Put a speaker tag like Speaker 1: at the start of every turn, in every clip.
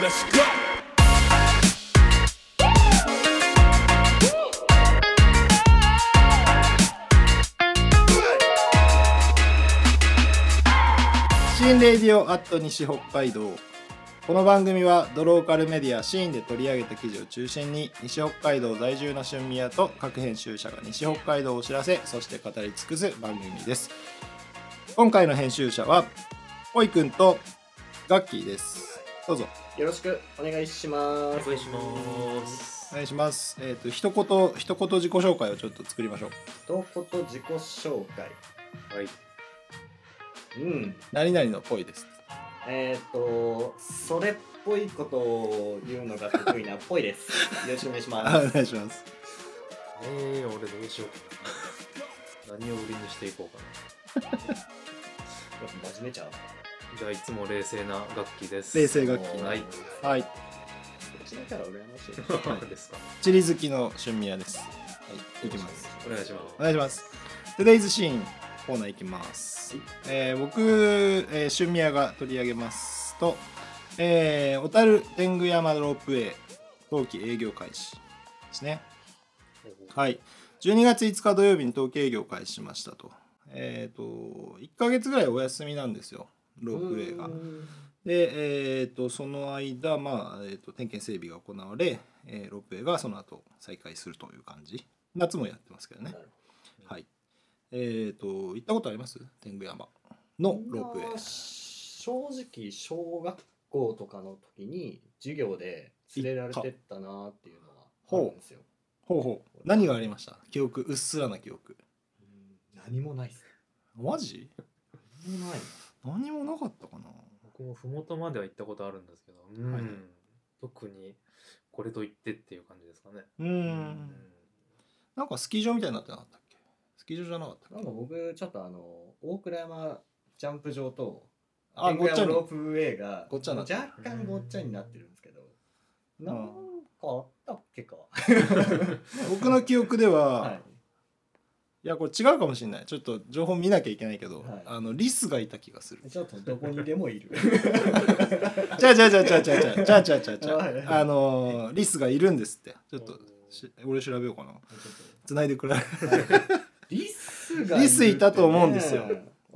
Speaker 1: Let's go.
Speaker 2: シーンレイディオアット西北海道この番組はドローカルメディアシーンで取り上げた記事を中心に西北海道在住の春宮と各編集者が西北海道を知らせそして語り尽くす番組です今回の編集者はぽいくんとガッキーですどうぞ
Speaker 3: よろしくお願いしま
Speaker 4: お願いします。
Speaker 2: お願いしますえっ、と一言一言自己紹介をちょっと作りましょう
Speaker 3: 一言自己紹介
Speaker 4: はい。
Speaker 3: うん
Speaker 2: 何々のぽいです
Speaker 3: えっ、とそれっぽいことを言うのが得意なっぽいですよろしくお願いし
Speaker 2: あ
Speaker 3: ます
Speaker 2: お願いします
Speaker 4: ええ俺どうしようかな。何を売りにしていこうか
Speaker 3: 真面目ちゃう
Speaker 4: な。じゃあいつも冷静な楽器です。
Speaker 2: 冷静楽器
Speaker 4: はい。
Speaker 2: はい
Speaker 3: こっちだから羨ましい
Speaker 4: そうですか。
Speaker 2: 地理好きの春宮ですはい行きます
Speaker 4: お願いします
Speaker 2: お。願いします。Today's シーンコーナーいきます。えー僕、えー、春宮が取り上げますと、えー、小樽天狗山ロープウェイ、冬季営業開始ですね。はい。12月5日土曜日に冬季営業開始しましたと。えっ、と、1ヶ月ぐらいお休みなんですよ、ロープウェイが。で、えー、とその間、まあえー、と点検整備が行われ、えーロープウェイがその後再開するという感じ夏もやってますけどね
Speaker 3: なる
Speaker 2: はいえっ、と行ったことあります天狗山のロープウェイ
Speaker 3: 正直小学校とかの時に授業で連れられてったなーっていうのはあるんですよ
Speaker 2: ほうほう何がありました記憶うっすらな記憶
Speaker 3: うん何もないっす
Speaker 2: マジ
Speaker 3: 何もない
Speaker 2: 何もなかったかな
Speaker 4: 僕もふもとまでは行ったことあるんですけど、うん
Speaker 2: はい
Speaker 4: 特にこれと言ってっていう感じですかね。
Speaker 2: うー
Speaker 4: うん
Speaker 2: なんかスキー場みたいになってなかったっけスキー場じゃなかったっけ
Speaker 3: なんか僕ちょっとあの大倉山ジャンプ場と
Speaker 2: あ
Speaker 3: 天
Speaker 2: ご
Speaker 3: 狗
Speaker 2: っちゃ
Speaker 3: 山
Speaker 2: に
Speaker 3: ロープウェイが
Speaker 2: ごっちゃになってる
Speaker 3: 若干ごっちゃになってるんですけど
Speaker 2: ん
Speaker 3: なんかあったっけか
Speaker 2: 僕の記憶では、
Speaker 3: はい
Speaker 2: いやこれ違うかもしれないちょっと情報見なきゃいけないけど、
Speaker 3: はい
Speaker 2: あのリスがいた気がする
Speaker 3: ちょっとどこにでもいる
Speaker 2: じゃあじゃあじゃあじゃあじゃあじゃあじゃあじゃあじゃあ
Speaker 3: は
Speaker 2: じ
Speaker 3: い
Speaker 2: ゃああのーリスがいるんですってちょっとし俺調べようかな繋いでく れ
Speaker 3: リス が
Speaker 2: リスいたと思うんですよ
Speaker 3: あ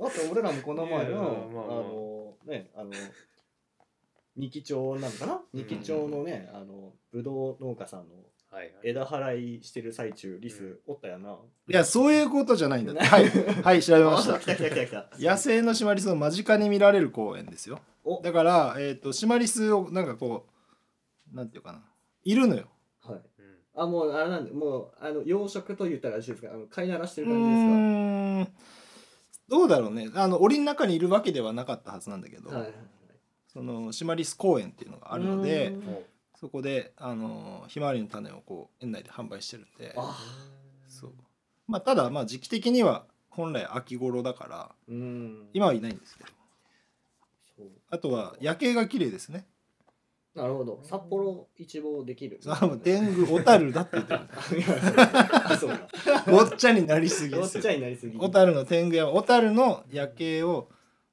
Speaker 3: と俺らもこの前
Speaker 4: いやまあ
Speaker 3: の
Speaker 4: まあ
Speaker 3: あのねあの二木町なのかな二木町のねあのぶどう農家さんの
Speaker 4: はいはい。
Speaker 3: 枝払いしてる最中リスおったやな、
Speaker 2: いやそういうことじゃないんだって はいはい調べまし
Speaker 3: あ
Speaker 2: た
Speaker 3: 来た来た来た来た
Speaker 2: 野生のシマリスを間近に見られる公園ですよ
Speaker 3: お
Speaker 2: だからえっ、とシマリスをなんかこうなんていうかないるのよ
Speaker 3: は
Speaker 4: う
Speaker 3: い
Speaker 4: ん
Speaker 3: あもうあれなんでもうあの養殖と言ったらあれですかあの飼いならして
Speaker 2: う
Speaker 3: る感
Speaker 2: ーんどうだろうねあの檻の中にいるわけではなかったはずなんだけ
Speaker 3: じ
Speaker 2: ど、
Speaker 3: ですかはいはい
Speaker 2: そのシマリス公園っていうのがあるの
Speaker 3: う
Speaker 2: で
Speaker 3: ん
Speaker 4: もう
Speaker 2: そこであのひまわりの種をこう園内で販売してるんで
Speaker 3: あ
Speaker 2: そうまあただまあ時期的には本来秋頃だから
Speaker 3: うん
Speaker 2: 今はいないんですけど
Speaker 3: そう
Speaker 2: あとは夜景が綺麗ですね
Speaker 3: なるほど札幌一望できる
Speaker 2: あもう天狗小樽だって言ってる
Speaker 3: あいやあそうか
Speaker 2: ごっちゃになりすぎ
Speaker 3: ご
Speaker 2: で
Speaker 3: っ
Speaker 2: す
Speaker 3: ちゃになりすぎ
Speaker 2: 小樽の天狗山小樽の夜景を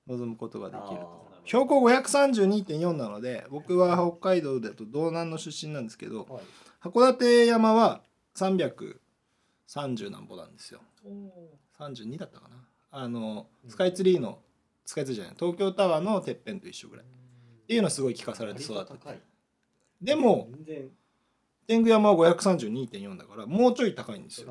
Speaker 2: 望むことができる
Speaker 3: あー
Speaker 2: 標高532.4なので僕は北海道だと道南の出身なんですけど
Speaker 3: はい
Speaker 2: 函館山は330何歩なんですよ32だったかなあのスカイツリーのスカイツリーじゃない東京タワーのてっぺんと一緒ぐらいっていうのすごい聞かされて育って
Speaker 3: 割と高い
Speaker 2: でも
Speaker 3: 全然
Speaker 2: 天狗山は532.4だからもうちょい高いんですよ、
Speaker 3: あ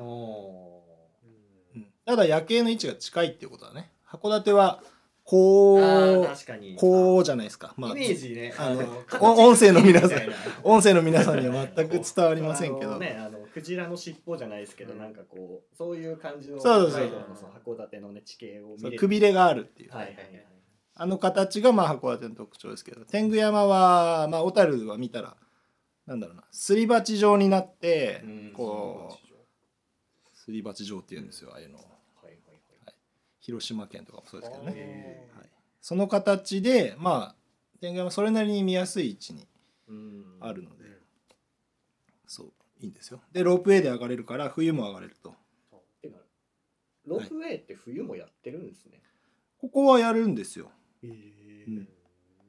Speaker 3: ー
Speaker 2: うんただ夜景の位置が近いっていうことだね函館はこ
Speaker 3: あー
Speaker 2: う
Speaker 3: 確かに
Speaker 2: こうじゃないですかまあ
Speaker 3: イメージね
Speaker 2: あの
Speaker 3: 形
Speaker 2: お音声の皆さん
Speaker 3: みたいな
Speaker 2: 音声の皆さんには全く伝わりませんけ
Speaker 3: あの
Speaker 2: ど、
Speaker 3: ね、あのクジラの尻尾じゃないですけど、なんかこうそういう感じの
Speaker 2: そうそうそう
Speaker 3: 北海道のその函館のね地形を見
Speaker 2: そ
Speaker 3: れ
Speaker 2: う
Speaker 3: る
Speaker 2: くびれがあるっていう、
Speaker 3: はいはいはい
Speaker 2: あの形がまあ函館の特徴ですけど天狗山はまあ小樽は見たらなんだろうなすり鉢状になって
Speaker 3: うん
Speaker 2: こうすり鉢状っていうんですよああいうの
Speaker 3: はいはいはい
Speaker 2: 広島県とかもそうですけど
Speaker 3: あー
Speaker 2: ねはい、その形でまあ天狗山それなりに見やすい位置に
Speaker 3: うん
Speaker 2: あるので、
Speaker 4: うん
Speaker 2: そういいんですよでロープウェイで上がれるから冬も上がれると
Speaker 3: てかロープウェイって冬もやってるんですね、
Speaker 2: ここはやるんですよ
Speaker 3: へえ
Speaker 2: い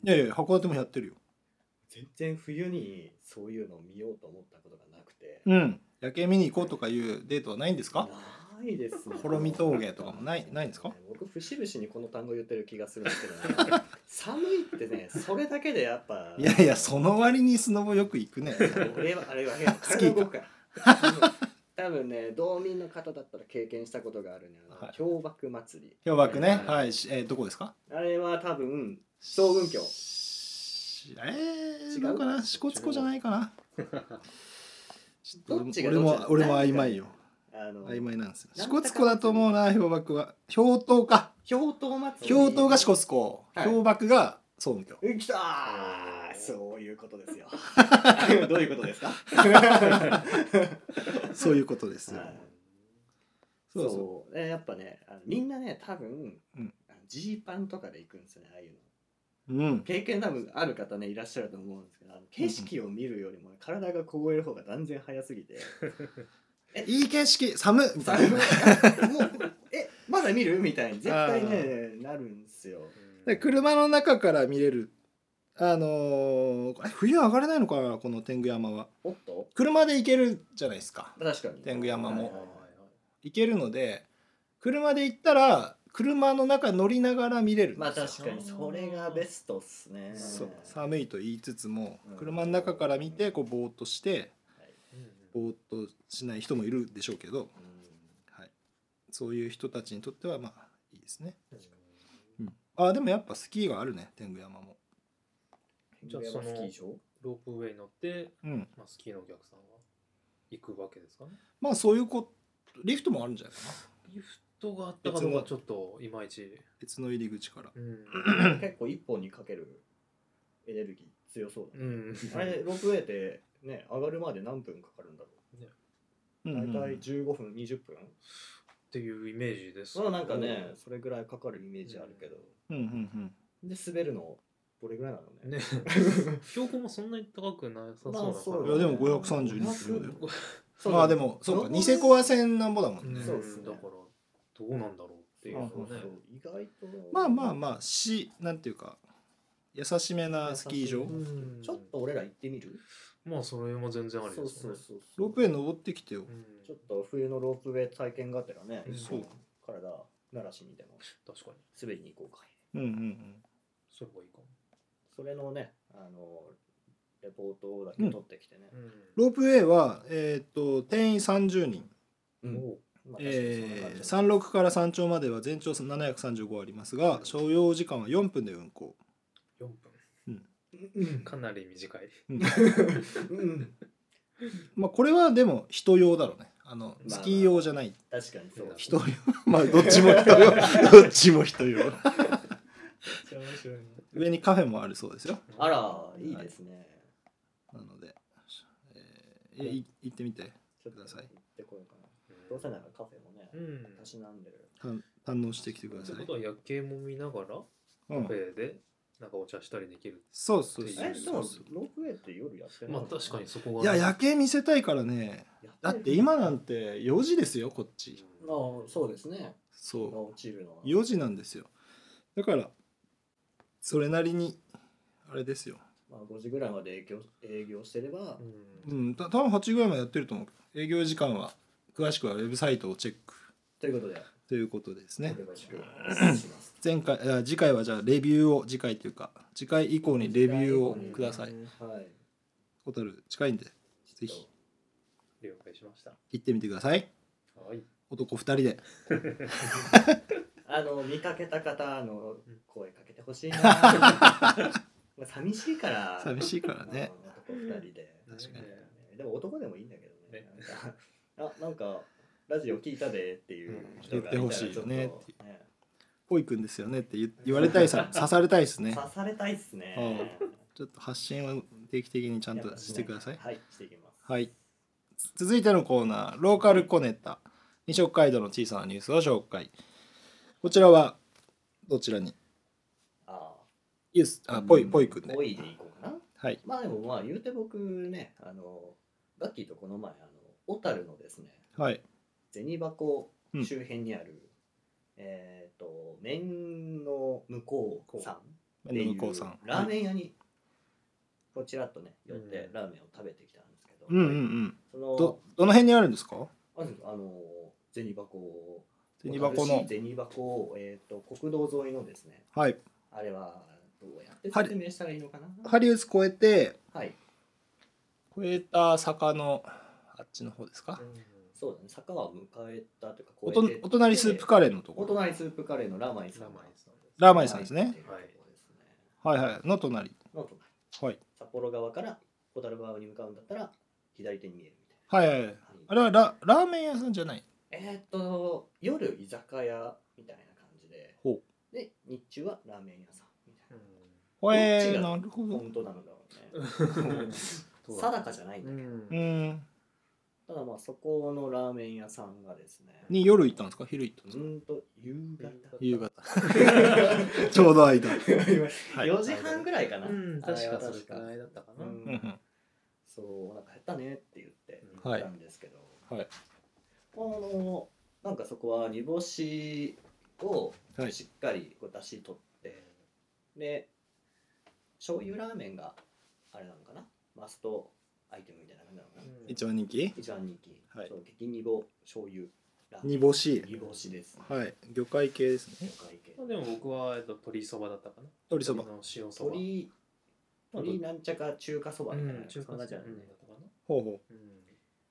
Speaker 2: やいや函館もやってるよ
Speaker 3: 全然冬にそういうのを見ようと思ったことがなくて、
Speaker 2: うん夜景見に行こうとかいうデートはないんですか
Speaker 3: ないですね
Speaker 2: ほろみ峠とかもないないんですか
Speaker 3: 僕節々にこの単語言ってる気がするんですけど、ね、 寒いってねそれだけでやっぱ
Speaker 2: いやいやその割にスノボよく行くね
Speaker 3: 俺はあれは変
Speaker 2: スキー
Speaker 3: 体
Speaker 2: か
Speaker 3: 動くから多分多分ね道民の方だったら経験したことがあるねあの、
Speaker 2: はい
Speaker 3: 氷瀑祭り
Speaker 2: 氷瀑ねはい、しえーどこですか
Speaker 3: あれは多分将軍峡
Speaker 2: しえー、
Speaker 3: 違う
Speaker 2: どうかな支笏湖じゃないかなちょっと
Speaker 3: どっちが
Speaker 2: 俺
Speaker 3: どっ
Speaker 2: も
Speaker 3: ちだ
Speaker 2: 俺も曖昧よ
Speaker 3: あの
Speaker 2: 曖
Speaker 3: 氷
Speaker 2: 昧なんですよ
Speaker 3: な
Speaker 2: 支
Speaker 3: んだか
Speaker 2: 笏湖だと思うな氷瀑は氷濤か
Speaker 3: 濤祭り
Speaker 2: 氷濤が支笏湖
Speaker 3: はい
Speaker 2: 氷瀑が総務峡
Speaker 3: うん、きたーそういうことですよ。 どういうことですか
Speaker 2: そういうことですよ
Speaker 3: はい
Speaker 2: そ
Speaker 3: そうう
Speaker 2: そ
Speaker 3: えやっぱねあのみんなね多分
Speaker 2: うん
Speaker 3: あのジー、パンとかで行くんですよねああいうの
Speaker 2: ううん
Speaker 3: 経験多分ある方ねいらっしゃると思うんですけどあの景色を見るよりも、ね、体が凍える方が断然早すぎて
Speaker 2: いい景色寒っみ
Speaker 3: さ
Speaker 2: たいな
Speaker 3: あもうえまだ見るみたいに絶対
Speaker 2: あ
Speaker 3: ねなるんですよ
Speaker 2: で車の中から見れるあのーあれ冬上がれないのかなこの天狗山は
Speaker 3: おっと
Speaker 2: 車で行けるじゃないですか
Speaker 3: 確かに
Speaker 2: 天狗山も
Speaker 3: はいはいはい
Speaker 2: 行けるので車で行ったら車の中乗りながら見れるんですよ
Speaker 3: まあ確かにそれがベストっすね
Speaker 2: そう寒いと言いつつも
Speaker 3: うん
Speaker 2: 車の中から見てこうぼーっとして
Speaker 4: うん
Speaker 2: ぼーっとしない人もいるでしょうけどそういう人たちにとってはまあいいですね、うん、あでもやっぱスキーがあるね天狗山も
Speaker 3: うん
Speaker 4: じゃあ
Speaker 3: 天狗山
Speaker 4: その
Speaker 3: スキー場
Speaker 4: ロープウェイ乗って、
Speaker 2: うん
Speaker 4: まあ、スキーのお客さんは行くわけですかね
Speaker 2: まあそういうことリフトもあるんじゃないかな
Speaker 4: ギフトがあったかどうかちょっといまいち、
Speaker 2: 別の入り口から
Speaker 4: うん、
Speaker 3: 結構一本にかけるエネルギー強そう
Speaker 4: う
Speaker 3: だ、ね
Speaker 4: ん、
Speaker 3: あれロープウェイってね上がるまで何分かかるんだろ
Speaker 2: う
Speaker 3: うん
Speaker 2: う
Speaker 3: 大
Speaker 2: ん
Speaker 3: 体15分20分
Speaker 4: っていうイメージですけ
Speaker 3: ま
Speaker 4: ど
Speaker 3: あなんかねそれぐらいかかるイメージあるけど、
Speaker 2: うんうん
Speaker 3: で滑るのどれぐらいなのね
Speaker 4: ね標高もそんなに高くなさそうだから、
Speaker 3: まあそう
Speaker 2: いやでも532キロだよ
Speaker 4: 500
Speaker 2: うん、まあでもそうかニセコは千なんぼだもんね、
Speaker 3: そ
Speaker 4: そうう
Speaker 3: っ
Speaker 4: ですす
Speaker 3: ね
Speaker 4: ねだからどうなんだろうっていう
Speaker 3: そう
Speaker 4: の
Speaker 3: そうそう
Speaker 4: ね
Speaker 3: 意外と
Speaker 2: まあまあまあしなんていうか優しめなスキー場
Speaker 3: 優しめ
Speaker 4: うん
Speaker 3: ちょっと俺ら行ってみる
Speaker 4: まあそれも全然あり
Speaker 3: そ
Speaker 4: で
Speaker 3: う
Speaker 4: す
Speaker 3: そ
Speaker 4: よ
Speaker 3: う
Speaker 4: ね
Speaker 3: そうそう
Speaker 2: ロープウェイ登ってきてよ
Speaker 4: うん
Speaker 3: ちょっと冬のロープウェイ体験がてらね、
Speaker 4: そう
Speaker 3: 体慣らしにでも
Speaker 4: 確かに
Speaker 3: 滑りに行こうか
Speaker 2: うんうんうん
Speaker 4: それもいいかも、
Speaker 3: それのねあのレポートだけ取ってきてね、
Speaker 4: うん
Speaker 2: ロープウェイは、えー、と定員30人、
Speaker 3: うん
Speaker 4: おう
Speaker 3: まあ
Speaker 2: えー、
Speaker 3: 確かにそ
Speaker 2: 山
Speaker 3: んな感
Speaker 2: 麓から山頂までは全長735ありますが所要時間は4分で運行、
Speaker 4: 4分
Speaker 3: じうん
Speaker 4: かなり短 い
Speaker 2: うん
Speaker 3: うん
Speaker 2: まあ、これはでも人用だろうねあの
Speaker 3: まあ
Speaker 2: スキー用じゃない
Speaker 3: 確かにそうだね
Speaker 2: 人用 まあどっちも人用 どっちも人用 上にカフェもあるそうですよ
Speaker 3: あらいいですね、
Speaker 2: なので、えーい行ってみて
Speaker 3: ちょっと
Speaker 2: ください
Speaker 3: 行ってこようかなどうせならカフェもね
Speaker 4: うん
Speaker 3: たしなんでる
Speaker 2: 堪堪能してきてくだ
Speaker 4: って
Speaker 2: さい
Speaker 4: ことは夜景も見ながら
Speaker 2: う
Speaker 4: カ
Speaker 2: ん
Speaker 4: フ、ェでなんかお茶したりできる、
Speaker 2: そうそう
Speaker 4: い
Speaker 2: そ
Speaker 4: や
Speaker 3: え
Speaker 2: う
Speaker 3: で
Speaker 2: そ
Speaker 3: も
Speaker 2: うそう
Speaker 3: ロープウェイって夜やってない
Speaker 4: まあ確かにそこ
Speaker 2: い
Speaker 4: がね、
Speaker 2: や夜景見せたいからね
Speaker 3: やる
Speaker 2: だって今なんて4時ですよこっち
Speaker 3: まあそうですね
Speaker 2: そう
Speaker 3: が落ちるのは
Speaker 2: 4時なんですよだからそれなりにあれですよ
Speaker 3: まあ5時ぐらいまで営業営業してれば、
Speaker 4: うん
Speaker 2: うんた多分8ぐらいまでやってると思うけど営業時間は詳しくはウェブサイトをチェック
Speaker 3: ということで
Speaker 2: ということですね
Speaker 3: お願いします
Speaker 2: 前回あ次回はじゃあレビューを次回というか次回以降にレビューをください
Speaker 3: はい
Speaker 2: 小樽近いんでぜひ
Speaker 4: 了解しました
Speaker 2: 行ってみてください
Speaker 4: はい
Speaker 2: 男2人で
Speaker 3: あの見かけた方の声かけてほし いなまあ寂しいから
Speaker 2: 寂しいから
Speaker 3: い
Speaker 2: ね
Speaker 3: 男2人で
Speaker 4: 確かに
Speaker 3: でも男でもいいんだけどね
Speaker 4: ね
Speaker 3: なんかあなんかラジオ聞いたでっていう人がたら
Speaker 2: 言ってほしいよね
Speaker 3: ちょっとね
Speaker 2: ぽいくんですよねって言言われたい さ刺されたいですね
Speaker 3: 刺されたいっすね
Speaker 2: ちょっと発信を定期的にちゃんとしてください
Speaker 3: はいしていきます
Speaker 2: はい続いてのコーナーローカルコネタ二色街道の小さなニュースを紹介こちらはどちらに
Speaker 3: あ
Speaker 2: ユースあ
Speaker 4: うん
Speaker 2: ぽいぽいくん
Speaker 3: あ
Speaker 2: ね
Speaker 3: 多いでいこうかな
Speaker 2: はい
Speaker 3: まあでもまあ言うて僕ねあのガッキーとこの前あの小樽のですね
Speaker 2: はい
Speaker 3: 銭箱周辺にある、えっ、と麺の向こうさんってい
Speaker 2: 向
Speaker 3: う
Speaker 2: こうさん
Speaker 3: ラー
Speaker 2: ン
Speaker 3: メン屋にこうちらっとね寄って
Speaker 4: うん
Speaker 3: ラーメンを食べてきたんですけど、
Speaker 2: うんうんうん
Speaker 3: その
Speaker 2: どどの辺にあるんですか
Speaker 3: あるんですあの銭箱を
Speaker 2: 銭箱の
Speaker 3: 銭箱を、えー、と国道沿いのですね
Speaker 2: はい
Speaker 3: あれはどうやって説明したらいいのかな
Speaker 2: ハリウス越えて
Speaker 3: はい
Speaker 2: 越えた坂のあっちの方ですか
Speaker 3: そうだね坂は迎えたというか
Speaker 2: お
Speaker 3: 越
Speaker 2: と
Speaker 3: えて
Speaker 2: お隣スープカレーのとこ
Speaker 3: お
Speaker 2: ろ
Speaker 3: 隣スープカレーのラマイさん
Speaker 4: ラマイさんです
Speaker 2: ラーマイさんですね
Speaker 3: ラマイってうところですね
Speaker 2: はいはいの隣
Speaker 3: の隣
Speaker 2: はい
Speaker 3: 札幌側から小樽側に向かうんだったら左手に見えるみた
Speaker 2: は
Speaker 3: い
Speaker 2: いはいはい
Speaker 3: な
Speaker 2: あれはララーメン屋さんじゃない
Speaker 3: えーっと夜居酒屋みたいな感じで
Speaker 2: ほう
Speaker 3: で日中はラーメン屋さんみたいな
Speaker 2: ほえ
Speaker 3: どっち
Speaker 2: ー、
Speaker 3: が
Speaker 2: なるほど
Speaker 3: 本当なのだろうね
Speaker 4: うん
Speaker 3: 定かじゃないん
Speaker 4: う
Speaker 3: だけど、
Speaker 4: ん
Speaker 2: うん
Speaker 3: ただまあそこのラーメン屋さんがですね
Speaker 2: に夜行ったんですか昼行ったんで
Speaker 3: ず
Speaker 2: すか
Speaker 3: ーんと夕方
Speaker 2: 夕方ちょうど間はい
Speaker 3: 4時半ぐらいかな、
Speaker 4: うん
Speaker 3: あれ
Speaker 4: 確
Speaker 3: は
Speaker 4: かそれくらいだったかな
Speaker 3: う
Speaker 2: うんん
Speaker 3: そうお腹減ったねって言って
Speaker 2: うんはい
Speaker 3: 行ったんですけど、
Speaker 2: はい
Speaker 3: あのなんかそこは煮干しを
Speaker 2: はい
Speaker 3: しっかりこう出汁取って、で醤油ラーメンがあれなのかなマストアイテムみたいな感じなのかな、
Speaker 4: うん
Speaker 2: 一番人気
Speaker 3: 一番人気、
Speaker 2: はい
Speaker 3: そう激煮ご醤油ラーメン
Speaker 2: 煮干し
Speaker 3: 煮干しです、
Speaker 2: はい魚介系ですね
Speaker 3: 魚介系
Speaker 4: まあでも僕はえっと鶏そばだったかな
Speaker 2: 鶏そば
Speaker 4: の塩そば
Speaker 3: 鶏鶏なんちゃか中華そばみたいな、
Speaker 4: うん中華
Speaker 3: そん
Speaker 4: だ
Speaker 3: な
Speaker 4: った
Speaker 3: じゃ
Speaker 4: か
Speaker 3: んね、
Speaker 4: な
Speaker 2: ほうほ
Speaker 4: うん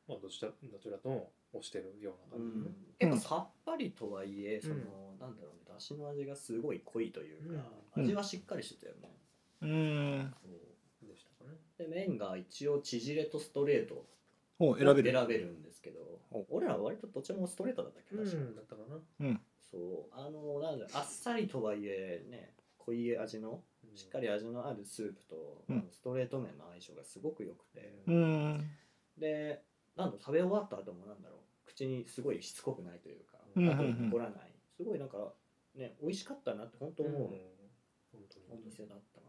Speaker 4: まあどちらどちらとも推してるような
Speaker 3: う
Speaker 4: 感じ
Speaker 3: ん、結構さっぱりとはいえその、
Speaker 4: う
Speaker 3: なんだろうねだしの味がすごい濃いというか、
Speaker 2: うん
Speaker 3: 味はしっかりしてたよね、
Speaker 2: ううーん
Speaker 3: そう
Speaker 4: でしたかね
Speaker 3: で麺が一応縮れとストレート
Speaker 2: ほう選べる
Speaker 3: 選べるんですけど
Speaker 2: ほ
Speaker 3: 俺らは割とどちらもストレートだったけど、
Speaker 4: うんだったかな
Speaker 3: そうあのなんだろうあっさりとはいえね濃い味のしっか
Speaker 4: り
Speaker 3: り味のあるスープと、
Speaker 2: うん
Speaker 3: あのストレート麺の相性がすごく良くて、
Speaker 2: うーん
Speaker 3: でなんだ食べ終わった後もなんだろう口にすごいしつこくないというか、
Speaker 4: うん
Speaker 3: 後に残らないすごいなんかね美味しかったなって本当
Speaker 4: と
Speaker 3: 思う、
Speaker 4: 思うん本当
Speaker 3: お
Speaker 4: に
Speaker 3: 店だったか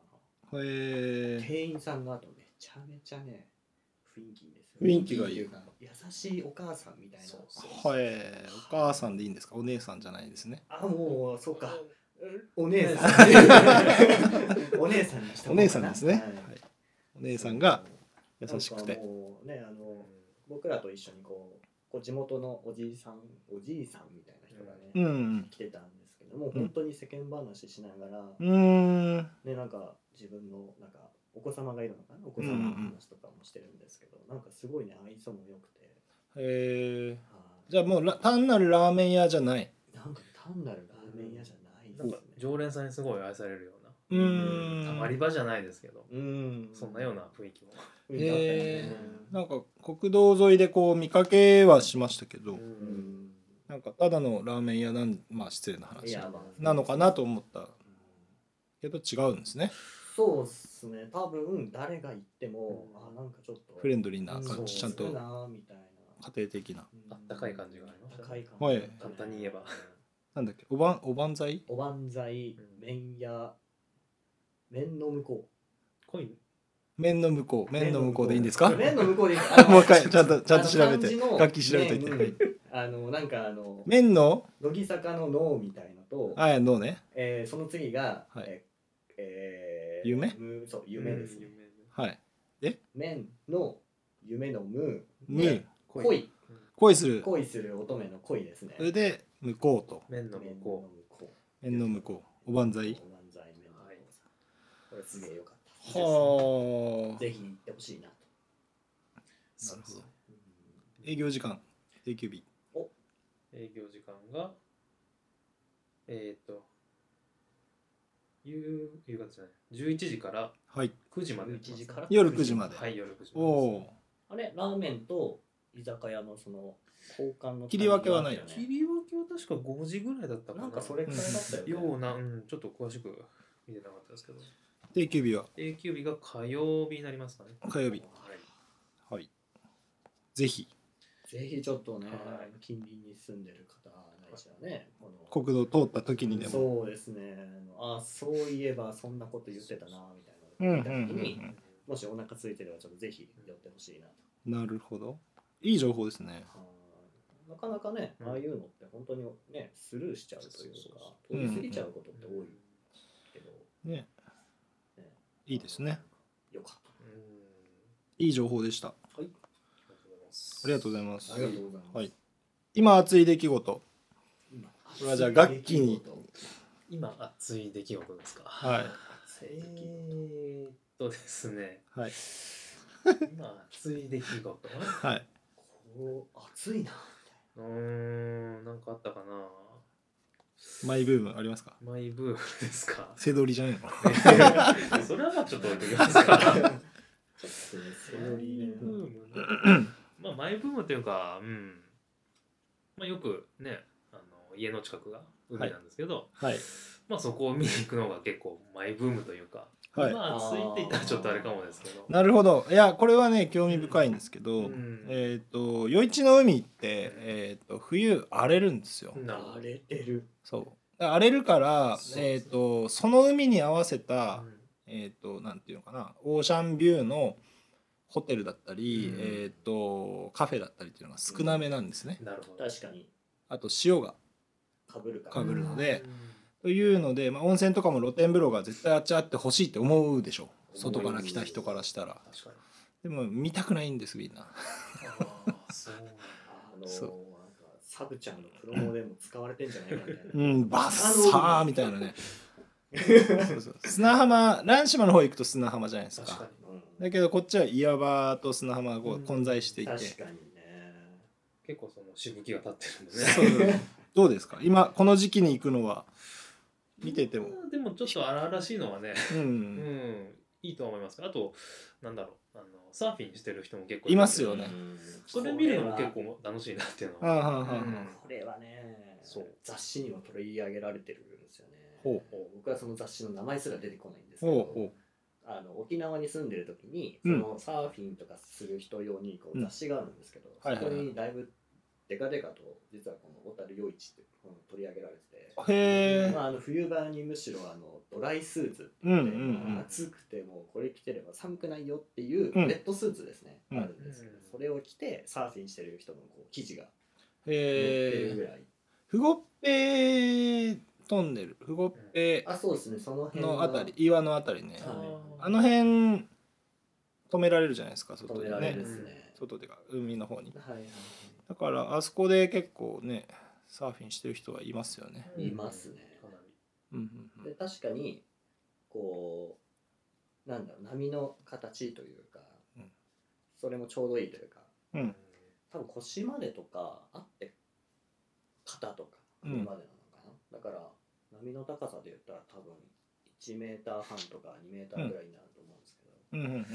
Speaker 3: な、
Speaker 2: へえ
Speaker 3: 店員さんがあとめちゃめちゃね雰囲気いいんですよ
Speaker 2: 雰囲気がいい
Speaker 3: 雰囲気ってうか優しいお母さんみたいな
Speaker 4: そうそう
Speaker 2: はいお母さんでいいんですかお姉さんじゃないですね
Speaker 3: あもうそうか
Speaker 4: うん
Speaker 3: お姉さん お姉さんにした
Speaker 2: お姉さんですね
Speaker 3: はい
Speaker 2: はいお姉さんが優しく
Speaker 3: な
Speaker 2: て
Speaker 3: んかもうねあの僕らと一緒にこうこう地元のおじいさんおじいさんみたいな人がね、
Speaker 2: うん
Speaker 3: 来てたんですけども本当に世間話しながら、
Speaker 2: うーん
Speaker 3: ねなんか自分のなんかお子様がいるのかなお子
Speaker 2: うん
Speaker 3: 様の
Speaker 2: うん
Speaker 3: 話とかもしてるんですけど、なんかすごいね愛想も良くて
Speaker 2: へえ
Speaker 3: はい
Speaker 2: じゃあもうラ単なるラーメン屋じゃない
Speaker 3: なんか単なるラーメン屋じゃないで
Speaker 4: なんか
Speaker 3: すね
Speaker 4: 常連さんにすごい愛されるような
Speaker 2: うーん
Speaker 4: たまり場じゃないですけど
Speaker 3: うん
Speaker 4: そんなような雰囲気も
Speaker 3: 雰囲気あったよね
Speaker 2: へなんか国道沿いでこう見かけはしましたけど
Speaker 3: う
Speaker 4: うん
Speaker 3: ん
Speaker 2: なんかただのラーメン屋なんまあ失礼な話
Speaker 3: いやまあ
Speaker 2: なのかなと思った
Speaker 3: うん
Speaker 2: けど違うんですね
Speaker 3: そうっすね多分誰が行っても、
Speaker 4: うん
Speaker 3: あなんかちょっと
Speaker 2: フレンドリーな
Speaker 4: ド
Speaker 2: 感
Speaker 4: う
Speaker 2: じ
Speaker 4: ん
Speaker 2: ちゃんと
Speaker 3: そう
Speaker 2: 家
Speaker 3: だなみたいな
Speaker 2: 庭的な
Speaker 3: うん
Speaker 4: あったかい感じがありました
Speaker 3: あったかい感じ、
Speaker 2: はい
Speaker 4: 簡単に言えば
Speaker 2: なんだっけおばんおばんざい
Speaker 3: おばんざい
Speaker 4: うん
Speaker 3: 麺屋麺の向こう
Speaker 4: 濃い
Speaker 2: 面の向こう面の向こうでいいんですかも
Speaker 3: 麺の向こう でいい
Speaker 2: う一回ちゃんとちゃんと調べ
Speaker 3: あの漢字
Speaker 2: て
Speaker 3: の
Speaker 2: 楽器調べといて
Speaker 3: 麺
Speaker 2: はい
Speaker 3: あのなんかあの
Speaker 2: 面の
Speaker 3: 乃木坂の脳みたいのと、
Speaker 2: あやのね
Speaker 3: えーその次が、
Speaker 2: はい
Speaker 3: えーえー
Speaker 2: 夢
Speaker 3: むそう夢ですね、
Speaker 2: はい
Speaker 3: 麺の夢のむ
Speaker 2: む
Speaker 4: 濃
Speaker 3: 恋
Speaker 2: 恋する
Speaker 3: 恋する乙女の恋ですね
Speaker 2: それで向こうと
Speaker 4: 麺の向
Speaker 3: 麺の
Speaker 4: こ
Speaker 3: 向こ
Speaker 2: 面の向こうおばんざ
Speaker 3: うお
Speaker 2: い
Speaker 3: ばんざい麺の向こうさんこれすげえよかった
Speaker 2: はあ
Speaker 3: ぜひ行ってほしいなと、
Speaker 2: なるほど
Speaker 3: うん
Speaker 2: 営業時間定休日
Speaker 4: う営業時間がえっと夕夕方じゃない11時から
Speaker 2: はい
Speaker 4: 9時までやって
Speaker 3: 11
Speaker 4: ます
Speaker 3: 時から
Speaker 2: 夜9時まで
Speaker 4: はい夜9時
Speaker 2: おお
Speaker 3: あれラーメンと居酒屋のその交換の
Speaker 2: 切り分けはない
Speaker 3: タイミングがあった
Speaker 4: 切
Speaker 3: よ
Speaker 4: り分
Speaker 3: ね
Speaker 4: けは確か5時ぐらいだったかな
Speaker 3: なんかそれくらいだったよね、
Speaker 4: ような、うん、ちょっと詳しく見てなかったですけど
Speaker 2: 定休日は
Speaker 4: 定休日が火曜日になりますかね
Speaker 2: 火曜日はいぜひ
Speaker 3: ぜひちょっとね、
Speaker 4: はい
Speaker 3: 近隣に住んでる方ないしはね、この
Speaker 2: 国道通った時にでも
Speaker 3: そうですね、あそういえばそんなこと言ってたなみたい
Speaker 2: うんうん
Speaker 3: なのを見た時に、
Speaker 2: うんうん
Speaker 3: もしお腹空いてればちょっとぜひ寄ってほしいなと、
Speaker 2: なるほどいい情報ですね
Speaker 3: はいなかなかね、
Speaker 4: うん
Speaker 3: ああいうのって本当にねスルーしちゃうというか
Speaker 4: そうそうそう
Speaker 3: 通り過ぎちゃうことって多いけど、
Speaker 2: ね
Speaker 3: ね
Speaker 2: いいですね
Speaker 3: よかっ
Speaker 4: うん
Speaker 2: いい情報でした。
Speaker 3: はい。
Speaker 2: ありがとうございます
Speaker 4: あ。りがとうございます。
Speaker 2: はい。今熱い出来事。
Speaker 3: 今
Speaker 2: これはじゃあ楽器に
Speaker 4: 今熱い出来事ですか。
Speaker 2: はい
Speaker 4: えーっとですね。
Speaker 2: はい
Speaker 4: 今熱い出来事。
Speaker 2: はい。
Speaker 3: こう暑いな
Speaker 4: うーん、なんかあったかな。
Speaker 2: マイブームありますか。
Speaker 4: マイブームですか
Speaker 2: 。セドリじゃないの。
Speaker 4: それはまあちょっと置いときますか。
Speaker 3: ちょっとねそ
Speaker 4: マ
Speaker 3: れ
Speaker 4: イ
Speaker 3: より
Speaker 4: ブームね。まあマイブームというか、うん。まあよくね、あの家の近くが海なんですけど、
Speaker 2: はい。
Speaker 4: まあそこを見に行くのが結構マイブームというか、
Speaker 2: はい。
Speaker 4: まあついていったらちょっとあれかもですけど。
Speaker 2: なるほどいやこれはね興味深いんですけど、
Speaker 4: うん
Speaker 2: えっ、と余市の海って、えー、と冬荒れるんですよ、
Speaker 4: なるほ
Speaker 3: 慣れてる
Speaker 2: そう荒れるから
Speaker 4: そうそう
Speaker 2: えー、とその海に合わせ
Speaker 4: ど
Speaker 2: た、えっ、となんていうのかなオーシャンビューのホテルだったり、
Speaker 4: うん
Speaker 2: えっ、とカフェだったりっていうのが少なめなんですね、
Speaker 4: なるほど。
Speaker 3: 確かに
Speaker 2: あと潮が
Speaker 3: かぶるか
Speaker 2: 被
Speaker 3: ら
Speaker 2: るので
Speaker 4: うん、
Speaker 2: というので、まあ、温泉とかも露天風呂が絶対あっちあってほしいって思うでしょ
Speaker 4: 思い
Speaker 2: 外から来た人からしたら
Speaker 4: 確かに。
Speaker 2: でも見たくないんですみんな
Speaker 4: ああ、そうなんだ。
Speaker 3: あのー
Speaker 2: そ
Speaker 3: なんかサブちゃんのプロモでも使われてんじゃないかみたいな
Speaker 2: うん、バッサーみたいなね。そうそう砂浜、蘭島の方行くと砂浜じゃないですか。
Speaker 4: 確かに。
Speaker 3: うん
Speaker 2: だけどこっちは岩場と砂浜がこ
Speaker 4: う
Speaker 2: うん混在していて。
Speaker 3: 確かにね
Speaker 4: 結構そのしぶきが立ってるんですね。
Speaker 2: そうそうどうですか今この時期に行くのは見てても。
Speaker 4: まあでもちょっと荒々しいのはね、
Speaker 2: う。
Speaker 4: うんん、いいとは思いますけどあと、なんだろう、あのサーフィンしてる人も結構
Speaker 2: います
Speaker 4: る
Speaker 2: よ
Speaker 4: んで
Speaker 2: ね
Speaker 3: うん
Speaker 4: それ見るのも
Speaker 3: これ
Speaker 4: 結
Speaker 3: は
Speaker 4: 構楽しいなっていうの
Speaker 2: は
Speaker 4: は。
Speaker 2: あはあはあ
Speaker 4: うん
Speaker 3: これはね
Speaker 4: そう
Speaker 3: 雑誌にも取り上げられてるんですよね
Speaker 2: ほう
Speaker 3: 僕はその雑誌の名前すら出てこないんですけ
Speaker 2: ほう
Speaker 3: ど
Speaker 2: ほ
Speaker 3: あの沖縄に住んでる時にそ
Speaker 2: うん
Speaker 3: のサーフィンとかする人用にこ
Speaker 2: う
Speaker 3: うん雑誌があるんですけど、
Speaker 2: はいはいはい
Speaker 3: そこにだいぶデカデカと実はこの小樽陽一ってこの取り上げられて
Speaker 2: う。へ
Speaker 3: て、
Speaker 2: え
Speaker 3: ま。あ、あの冬場にむしろあのドライスーツって
Speaker 2: うんうんう
Speaker 3: ま
Speaker 2: ん。
Speaker 3: あ暑くてもこれ着てれば寒くないよっていう
Speaker 2: うん
Speaker 3: レッドスーツですね、
Speaker 2: うん
Speaker 3: あるんですけどそれを着てサーフィンしてる人のこう記事が載ってる
Speaker 2: へ
Speaker 3: ぐ
Speaker 2: え。
Speaker 3: らい、
Speaker 2: フゴッペトンネル。フゴッペ
Speaker 3: あそうですねその辺
Speaker 2: のあたり、岩のあたりね。
Speaker 3: はい
Speaker 2: あの辺止められるじゃないですか、外
Speaker 3: 止め
Speaker 2: で
Speaker 3: られる
Speaker 2: ね
Speaker 3: で。すね、
Speaker 2: 外でか海の方に
Speaker 3: はいはいは
Speaker 2: だからあそこで結構ねサーフィンしてる人はいますよね
Speaker 3: いますね
Speaker 4: かなり
Speaker 2: うんうん
Speaker 3: で確かにこうなんだろう波の形というか、
Speaker 2: うん
Speaker 3: それもちょうどいいというか
Speaker 2: うんうん
Speaker 3: 多分腰までとかあって肩とか
Speaker 2: うん
Speaker 3: 首までなのかな、だから波の高さで言ったら多分1メーター半とか2メーターぐらいになると思うんですけど、
Speaker 2: うんうんうん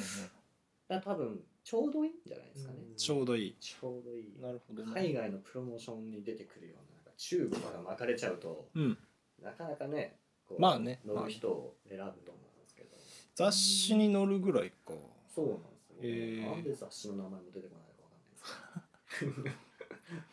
Speaker 3: だから多分ちょうどいいんじゃないですかね、
Speaker 4: うん
Speaker 2: ちょうどいい
Speaker 3: ちょうどいい
Speaker 2: なるほど
Speaker 3: 海外のプロモーションに出てくるようななんかチューブとか巻かれちゃうと
Speaker 2: うん
Speaker 3: なかなかねこう
Speaker 2: まあね
Speaker 3: 乗る人を選ぶと思うんですけど、
Speaker 2: 雑誌に載るぐらいか
Speaker 3: そうなんですよ、
Speaker 2: へー
Speaker 3: なんで雑誌の名前も出てこないのかわかんないで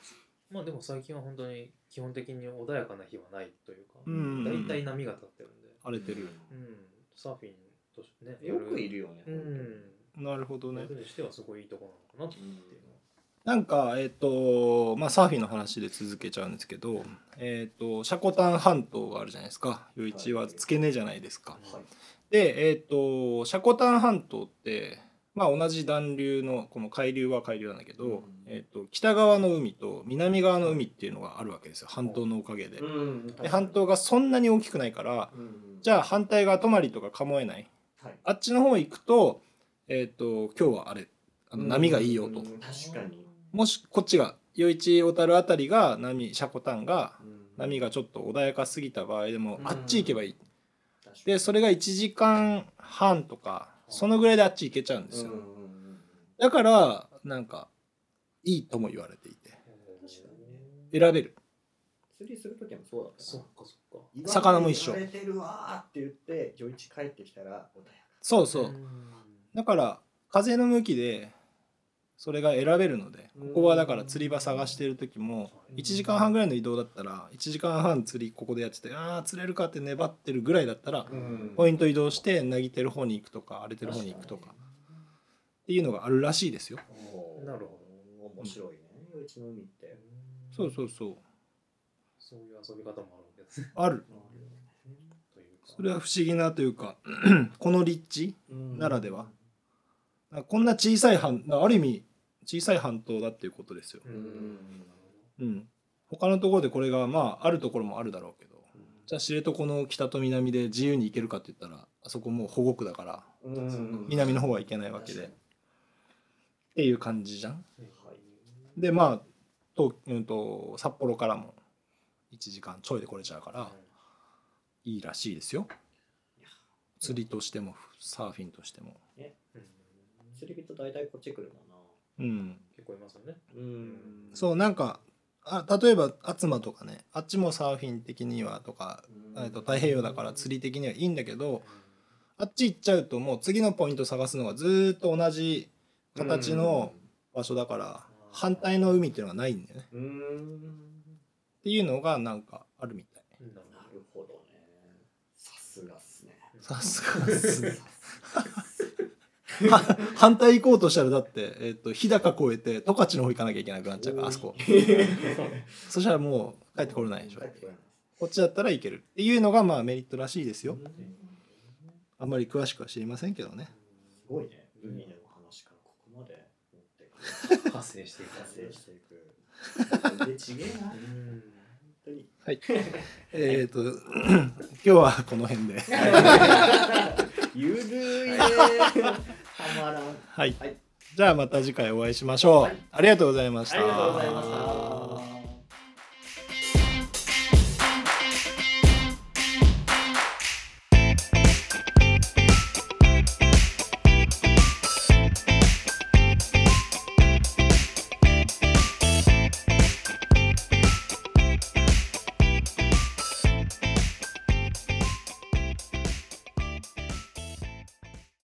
Speaker 3: すけど
Speaker 4: まあでも最近は本当に基本的に穏やかな日はないというか、
Speaker 2: うんうんう
Speaker 4: 大
Speaker 2: ん
Speaker 4: 体波が立ってるんで、
Speaker 2: 荒れてる
Speaker 4: うん、サーフィンとしてね、
Speaker 3: よくいるよね、
Speaker 4: 夜。うん
Speaker 2: なるほどね
Speaker 4: 僕にしてはすごいいいとこなのかなっていうのは
Speaker 2: なんかえっ、とまあサーフィンの話で続けちゃうんですけどえっ、とシャコタン半島があるじゃないですか余一は付け根じゃないですか、
Speaker 3: はい
Speaker 2: でえっ、とシャコタン半島ってまあ同じ暖流のこの海流は海流なんだけど、
Speaker 3: うん
Speaker 2: えっと北側の海と南側の海っていうのがあるわけですよ半島のおかげで。
Speaker 3: うん
Speaker 2: で半島がそんなに大きくないからじ
Speaker 3: ゃ
Speaker 2: ゃあ反対側泊まりとか鴨えない
Speaker 3: あ、はい、
Speaker 2: あっちの方行くと,、えっと今日はあれあの波がいいよと。
Speaker 3: うん確かに、
Speaker 2: もしこっちが余市小樽あたりが波シャコタンが
Speaker 3: うん
Speaker 2: 波がちょっと穏やかすぎた場合でも
Speaker 3: うん
Speaker 2: あっち行けばいい。
Speaker 3: 確かに
Speaker 2: でそれが1時間半とかそのぐらいであっち行けちゃうんですよ
Speaker 3: う。んうんうんうん
Speaker 2: だからなんかいいとも言われていて
Speaker 3: 確かにね
Speaker 2: 選べる。
Speaker 3: 釣りする時もそうだった
Speaker 4: そっ
Speaker 3: な
Speaker 4: かそっか。
Speaker 2: 魚も一緒
Speaker 3: 言われてるわーって言って余一帰ってきたら穏やか
Speaker 2: そうそう。だから風の向きでそれが選べるのでここはだから釣り場探してる時も
Speaker 4: うん
Speaker 2: 1時間半ぐらいの移動だったら1時間半釣りここでやっててああ釣れるかって粘ってるぐらいだったら
Speaker 3: うん
Speaker 2: ポイント移動してなぎてる方に行くとか荒れてる方に行くとかっていうのがあるらしいですよ。
Speaker 3: おー
Speaker 4: なるほ
Speaker 3: 面白いね余一の海って
Speaker 2: そうそうそう
Speaker 4: そういう遊び方もあるわけですね。
Speaker 2: ある
Speaker 4: というか
Speaker 2: それは不思議なというかこの立地
Speaker 3: うん
Speaker 2: ならではなんかこんな小さい半ある意味小さい半島だっていうことですよ、
Speaker 4: う
Speaker 3: うん
Speaker 4: ん
Speaker 2: うん、他のところでこれがまああるところもあるだろうけどじゃあ知床の北と南で自由に行けるかって言ったらあそこもう保護区だから
Speaker 3: うん
Speaker 2: 南の方は行けないわけでっ
Speaker 3: 確か
Speaker 2: ていう感じじゃん。
Speaker 3: はい
Speaker 2: でまあと、うん、と札幌からも1時間ちょいで来れちゃうからいいらしいですよ
Speaker 3: いや
Speaker 2: 釣りとしてもサーフィンとしても。
Speaker 4: うん
Speaker 3: に釣り人大体こっち来るもんな
Speaker 2: うん、
Speaker 4: 結構いますよね。
Speaker 3: うん
Speaker 2: そうなんかあ例えば厚間とかねあっちもサーフィン的にはとか、
Speaker 3: うん
Speaker 2: えっと太平洋だから釣り的にはいいんだけどあっち行っちゃうともう次のポイント探すのがずーっと同じ形の場所だから
Speaker 4: うん
Speaker 2: 反対の海っていうのがないんだよね。
Speaker 3: うんうん
Speaker 2: っていうのがなんかあるみたい。
Speaker 4: うんなる
Speaker 3: なるほどねさすがっすね
Speaker 4: ほど
Speaker 2: さすがっすね
Speaker 3: さすがっすね
Speaker 2: は反対行こうとしたらだって、えっと日高越えて十勝の方行かなきゃいけなくなっちゃうからあそこそしたらもう帰ってこれないでしょ
Speaker 3: 帰ってこれない
Speaker 2: こっちだったらいけるっていうのがまあメリットらしいですよ
Speaker 3: うん
Speaker 2: あんまり詳しくは知りませんけどね
Speaker 3: すごいね海での話からここまで持ってくる
Speaker 4: 派生していく。
Speaker 3: 達成していくでちげえな
Speaker 4: う
Speaker 3: 本
Speaker 4: ん
Speaker 3: 当に
Speaker 2: はいえっと 今日はこの辺で
Speaker 3: ゆるいねたまらん
Speaker 2: はい
Speaker 3: はい
Speaker 2: じゃあまた次回お会いしましょうありがとうございました
Speaker 4: ありがとうございました
Speaker 3: ありがとうございました